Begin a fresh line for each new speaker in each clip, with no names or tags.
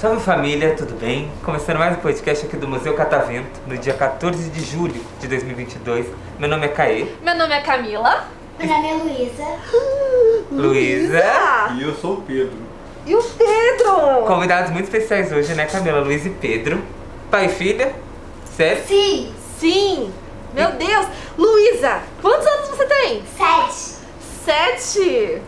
Salve família, tudo bem? Começando mais um podcast aqui do Museu Catavento, no dia 14 de julho de 2022. Meu nome é Caê,
Meu nome é Camila.
Meu nome é Luísa.
Luísa.
E eu sou o Pedro.
E o Pedro?
Convidados muito especiais hoje, né, Camila? Luiz e Pedro. Pai e filha? Sério?
Sim,
Sim! Meu Deus! Luísa, quantos anos você tem?
sete.
Sete!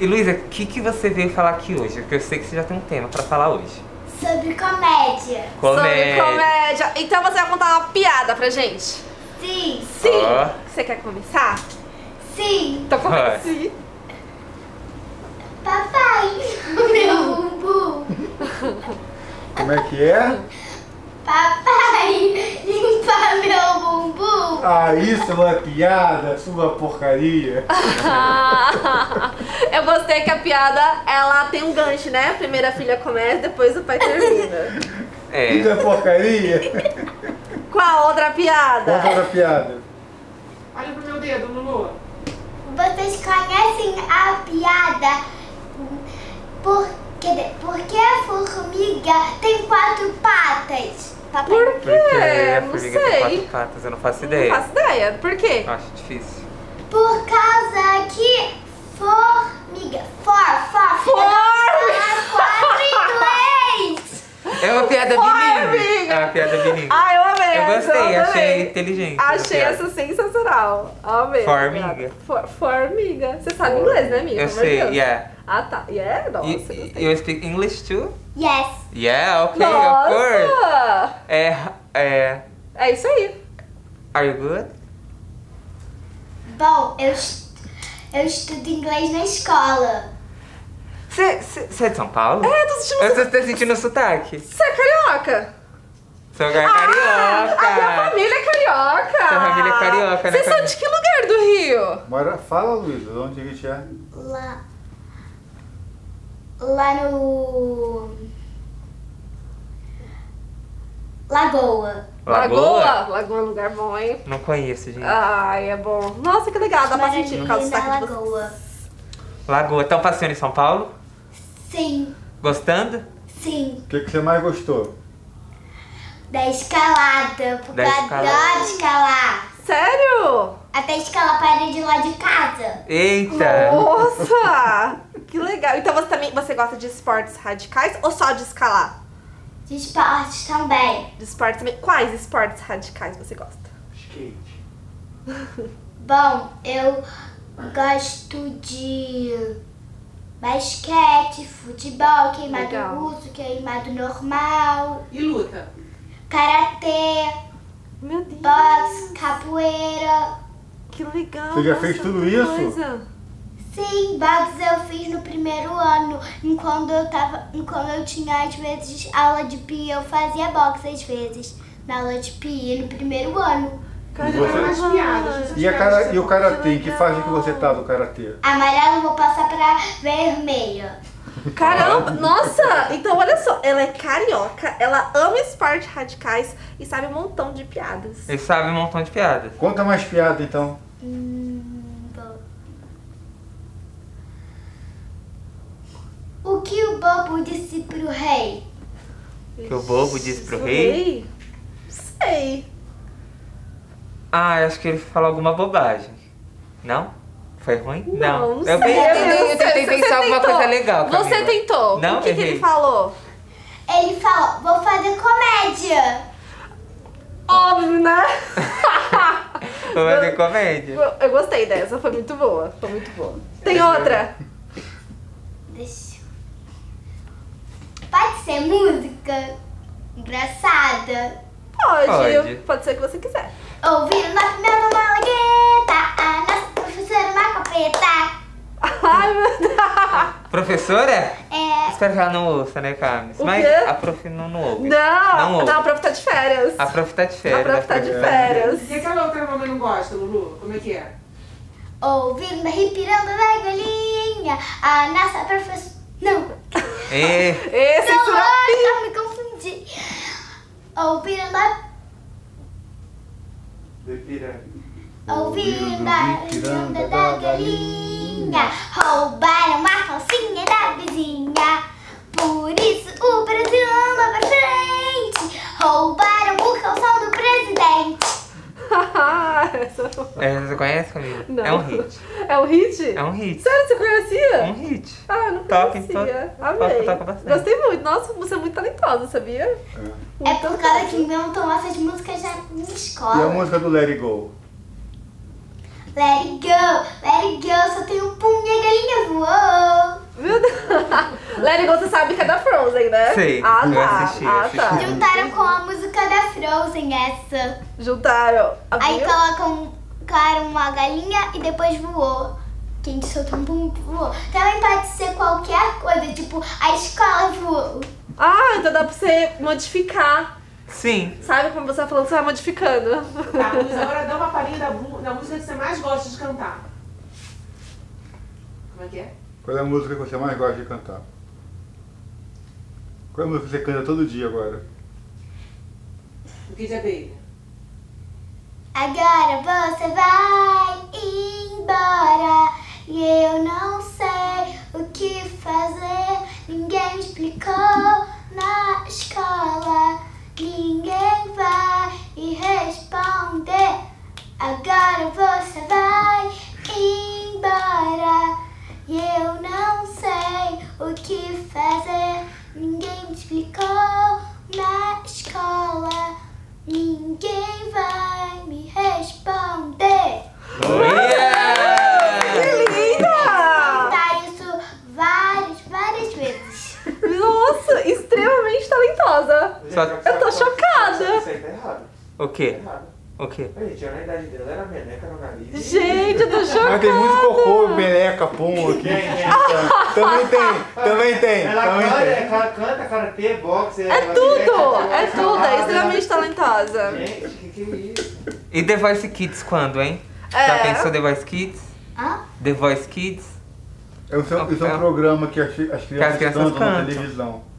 E Luísa, o que, que você veio falar aqui hoje? Porque eu sei que você já tem um tema pra falar hoje.
Sobre comédia.
Sobre comédia. Então você vai contar uma piada pra gente?
Sim,
Sim!
Ó.
Você quer começar?
sim.
Então
Vai.
comece.
Papai, meu bumbum.
Como é que é?
Papai, limpa meu bumbum.
Ah, isso é uma piada, sua porcaria.
Eu gostei que a piada, ela tem um gancho, né? Primeiro a filha começa, depois o pai termina.
Isso
É.
é porcaria.
Qual a outra piada?
Conta outra piada.
Olha pro meu dedo, Lulu.
Vocês conhecem a piada? Por, quer dizer, por que a formiga tem quatro patas? Papai,
Por quê?
Porque a
É, Não
formiga tem quatro Ah,
sei.
patas, eu não faço
Não
ideia.
faço ideia. Por quê?
Acho difícil.
por causa que formiga, for, for,
For!
for quatro em inglês.
É uma piada
Ai,
bilíngue.
amiga.
É uma piada bilíngue.
Ah, eu amei.
Eu
essa,
gostei, achei
adorei.
inteligente.
Achei
a piada.
essa sensacional. Amei.
Formiga.
For- Formiga. Você sabe inglês, né, amiga?
Eu
Pelo amor de
sei,
Deus.
yeah.
Ah, tá. Yeah? Nossa,
You,
gostei.
you speak English too?
Yes.
Yeah, okay, of course.
Nossa!
É, é,
É isso aí.
are you good?
Bom, eu, est- eu estudo inglês na escola.
Você é de São Paulo?
É, tô sentindo...
Eu tô tá sentindo o sotaque.
Você é carioca?
Sou gar-
Ah, a minha
carioca.
família é carioca.
É Sua família é carioca, né,
Vocês são
Camila?
de que lugar do Rio?
Bora, fala, Luísa, de onde a gente é?
Lá. Lá no. Lagoa.
Lagoa?
Lagoa é um lugar bom, hein?
Não conheço, gente.
Ai, é bom. Nossa, que legal. Dá pra sentir por causa do
Maravilha na
sotaque de vocês.
Lagoa.
Lagoa. Estão passeando em São Paulo?
Sim,
Gostando?
sim.
O que, que você mais gostou?
Da escalada. Porque
Da
eu
escalada.
adoro escalar.
Sério?
Até escalar a parede lá de casa.
Eita!
Nossa! Que legal. Então você também você gosta de esportes radicais ou só de escalar?
De esporte também.
De esportes também. Quais esportes radicais você gosta?
Skate.
Bom, eu gosto de basquete, futebol, queimado
Legal.
russo, queimado normal.
E luta.
karatê,
Meu Deus!
boxe, capoeira.
Que legal!
Você já
nossa,
fez tudo
que
isso?
coisa.
Sim, boxe eu fiz no primeiro ano, enquanto eu tava, enquanto eu tinha às vezes aula de pia, eu fazia boxe às vezes na aula de pia no primeiro ano.
Faz umas piadas, faz umas
E, a
piadas
cara,
de
e o
sabor.
karatê? Em que fase que você tá do karatê?
Amarelo eu vou passar pra vermelho.
Caramba! Nossa! Então olha só, ela é carioca, ela ama esportes radicais e sabe um montão de piadas.
Ele sabe um montão de piadas.
Conta mais piada então.
Hum, bom. O que o bobo disse pro rei?
Que o bobo disse pro
O
rei?
Sei.
Ah, eu acho que ele falou alguma bobagem. Não? Foi ruim?
Não, não
eu,
sei.
eu tentei, eu
não sei.
tentei
Você
pensar alguma
tentou.
coisa legal.
Você
Camila.
tentou.
Não,
o que, que
errei.
ele falou?
Ele falou, vou fazer comédia.
Óbvio, né?
Foi uma de comédia.
Eu gostei dessa, foi muito boa. Foi muito boa. Tem outra?
Deixa. eu- Pode ser música engraçada.
Pode.
Pode.
Pode, ser que você quiser.
Ouvindo na primeira malagueta, a nossa professora uma capeta.
Ai, meu Deus.
Professora?
É,
Espero que ela não ouça, né, Camis?
O
Mas
quê?
a prof não, não ouve. Não
Não,
ouve.
não, a prof tá de férias.
A prof tá de férias.
A prof tá de férias.
E aquela outra que a mamãe não gosta, Lulu? Como é que é?
ouvindo na ripiranga da galinha, a nossa professora... Não,
É,
Esse
não,
será-
eu me confundi. Ouvindo na
do Ipiranga.
Ouvindo a legenda da galinha, roubaram a calcinha da vizinha. Por isso o Brasil anda pra frente, roubaram o calção do presidente.
Essa foi-
É, você conhece, Camila?
Não.
É um hit.
É um hit?
É um hit.
Sério, você conhecia?
É um hit.
Ah, eu não
Toca,
conhecia.
então, toca,
Amei.
toca bastante.
Gostei muito. Nossa, você é muito talentosa, sabia?
É
Muito
por causa
talentosa.
que inventam essas músicas já na
E a
escola.
música do Let It Go?
Let it go, let it go, só tem um pum e a galinha voou.
Meu Deus. Let It Go, você sabe que é da Frozen, né?
Sei.
Ah,
Eu
tá.
assisti, eu
ah,
assisti.
tá.
Juntaram com a música da Frozen essa.
Juntaram. Ah,
Aí
viu?
colocam colocaram uma galinha e depois voou. Quem soltou um pum voou. Também pode ser qualquer coisa, tipo, a escola voou.
Ah, então dá pra você modificar.
Sim.
Sabe como você tá falando, você vai modificando.
Tá, Luiz, agora dá uma palhinha da, bu- da música que você mais gosta de cantar. Como é que é?
Qual é a música que você mais gosta de cantar? Qual é a música que você canta todo dia agora?
O Kid Abelha.
Agora você vai embora e eu não sei o que fazer. Ninguém me explicou na escola, ninguém vai me responder. Agora você vai embora e eu não sei o que fazer. Ninguém me explicou na escola, ninguém vai me responder.
Que
Yeah!
linda!
Contar Tá isso várias, várias vezes.
Nossa, extremamente talentosa.
Só-
Eu tô chocada.
Isso aí tá errado.
O
Tá
quê?
errado.
O quê?
A gente, na idade dela era meleca no nariz.
Gente, eu tô
Mas tem muito
chocada.
cocô, meleca, pum aqui. também tem, também tem,
Ela
também
canta,
tem.
ela canta, karatê, boxe.
É tudo, é tudo, é extremamente talentosa.
Gente, que que é isso?
E The Voice Kids quando, hein? Já
É.
pensou The Voice Kids?
Hã?
The Voice Kids?
É um- Isso é um, isso é um programa que as, as crianças,
crianças
cantam, na
cantam.
televisão.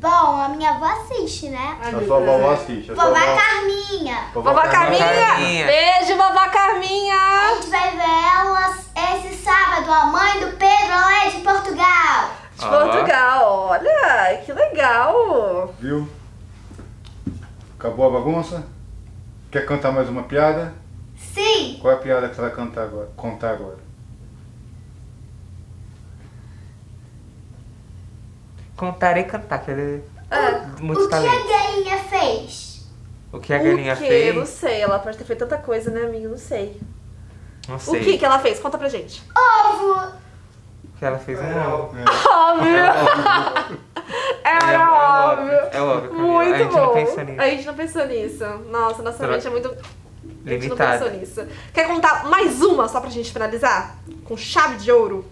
Bom, a minha avó assiste, né?
Ai,
A
meu
sua
Deus,
vovó
é.
assiste. A sua
Vovó
vovó-
Carminha.
Vovó Carminha.
Carminha.
Beijo, vovó Carminha.
A gente vai ver ela esse sábado, a mãe do Pedro, ela é de Portugal.
De
Ó.
Portugal, olha, que legal.
Viu? Acabou a bagunça? Quer cantar mais uma piada?
Sim,
Qual é a piada que você vai cantar agora? contar agora?
Contar e cantar, que ele
É.
é
o
muito
que a
talento.
galinha fez?
O que a galinha
o quê? Não
fez?
sei, ela pode ter feito tanta coisa, né, amiga? Não sei.
Não
O que
sei.
que ela fez? Conta pra gente.
Ovo.
O que ela fez? Não.
É
Era óbvio.
Óbvio! Era
É óbvio,
óbvio.
é óbvio, Camila.
Muito
A gente
bom.
não pensou nisso.
A gente não pensou nisso. Nossa, nossa
Será-
mente é muito. A gente não pensou
Limitada.
nisso. Quer contar mais uma só pra gente finalizar? Com chave de ouro?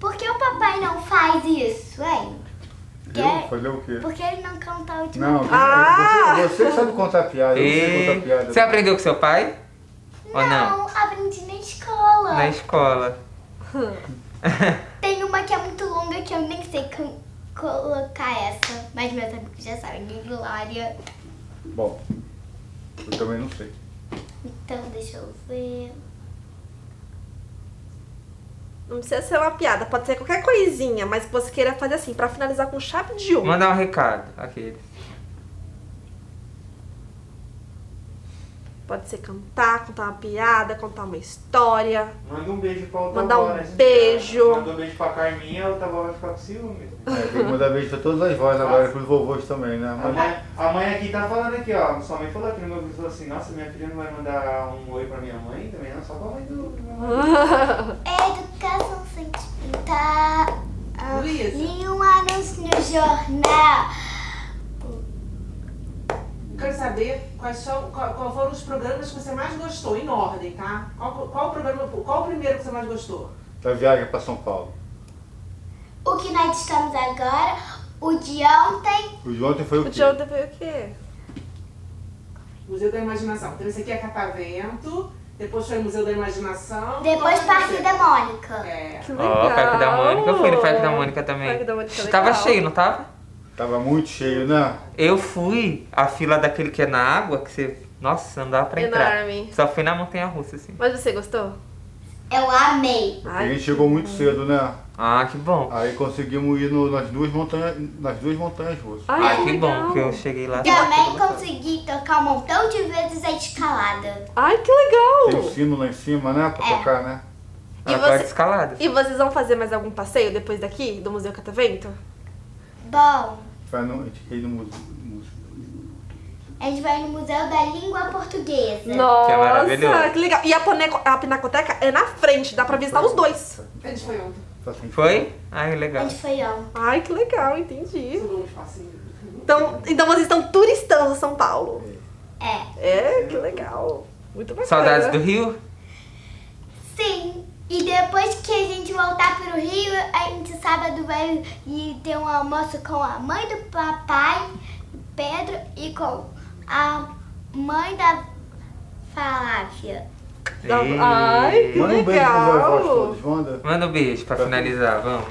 Por que o papai não faz isso, hein?
Viu? Fazer o quê?
Porque ele não canta a última
Não,
Ah!
você, você que sabe contar piada, eu não sei
E
contar piada.
você aprendeu com seu pai? Ou Ah, não?
Não, aprendi na escola.
Na escola.
Tem uma que é muito longa que eu nem sei com- colocar essa. Mas meus amigos já sabem, Glória.
Bom, eu também não sei.
Então, deixa eu ver.
Não precisa ser uma piada, pode ser qualquer coisinha, mas que você queira fazer assim, pra finalizar com chave de ouro.
Mandar um recado. Aquele.
Pode ser cantar, contar uma piada, contar uma história.
Manda um beijo pra outra
Mandar
avó,
um
né, gente?
beijo.
Manda um beijo pra Carminha, a outra avó vai ficar com ciúme.
É, tem que mandar beijo pra todas as vozes agora, pros vovôs também, né?
A
Mas-
mãe, a mãe aqui tá falando aqui, ó. Sua mãe falou aqui no meu grupo, falou assim, nossa, minha filha não vai mandar um oi pra minha mãe também, não, só pra mãe do... do meu marido."
Educação sentimental.
Luísa.
Nenhum anúncio no jornal.
Eu Quero saber quais são, qual, qual foram os programas que você mais gostou, em ordem, tá? Qual, qual o programa, qual o primeiro que você mais gostou?
Da tá viagem pra São Paulo.
O que nós estamos agora, o de ontem.
O de ontem foi o
O
quê?
John foi o quê?
Museu da Imaginação. Então esse aqui é Catavento, depois foi Museu da Imaginação.
Depois
Qual foi
Parque
você?
da Mônica.
É.
Que
Ó, o Parque da Mônica. Eu fui no Parque da Mônica também.
Parque da Mônica é
Tava
legal.
cheio, não tava?
Tava muito cheio, né?
Eu fui a fila daquele que é na água, que você. Nossa, não dava pra entrar.
Enorme.
Só fui na montanha russa, assim.
Mas você gostou?
Eu amei.
Porque a
Ai,
gente chegou muito cedo, né?
Ah, que bom.
Aí conseguimos ir no- nas duas montanhas, nas duas montanhas russas.
ai,
Ah,
que
que
legal.
Tá bom que eu cheguei lá.
Também consegui tocar um montão de vezes a escalada.
Ai, que
Tem o
legal!
sino lá em cima, né? Pra
É.
tocar, né?
Agora
você-
escalada.
E vocês vão fazer mais algum passeio depois daqui, do Museu Catavento?
Bom,
Pra não, a gente quer ir no museu. museu.
a gente vai no Museu da Língua
é
Portuguesa.
Nossa,
maravilhoso.
que legal. E a, poneco, a pinacoteca é na frente, dá pra visitar os dois.
A gente É, foi ontem.
Tá assim.
Foi? Ai,
A
legal.
gente foi ontem.
Ai, que legal, entendi.
Segurou um espacinho.
Então, então vocês estão turistando São Paulo.
É.
É, que legal. Muito bacana.
Saudades do Rio?
Sim. E depois que a gente voltar pro Rio, a gente sábado vai ir ter um almoço com a mãe do papai, Pedro, e com a mãe da Falávia.
Ei.
Ai, que
Manda um beijo pros avós
legal.
todos, manda.
Manda um beijo pra finalizar, vamos.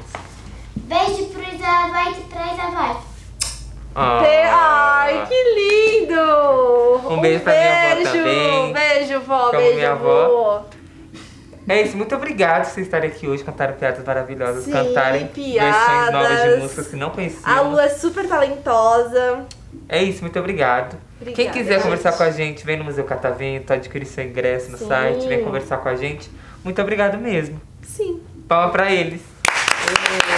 Beijo pros avós e pras avós.
Ah.
Pe- Ai, que lindo!
Um beijo pra minha avó também.
Beijo, vó.
Como
beijo,
minha
vó.
É isso, muito obrigado por vocês estarem aqui hoje, cantarem piadas maravilhosas,
Sim,
cantarem versões
piadas.
novas de músicas que não conheciam.
A Lu é super talentosa.
É isso, muito obrigado.
Obrigada,
Quem quiser
gente.
conversar com a gente, vem no Museu Catavento, adquirir seu ingresso no
Sim.
site, vem conversar com a gente. Muito obrigado mesmo.
Sim.
Palma pra eles.
Palmas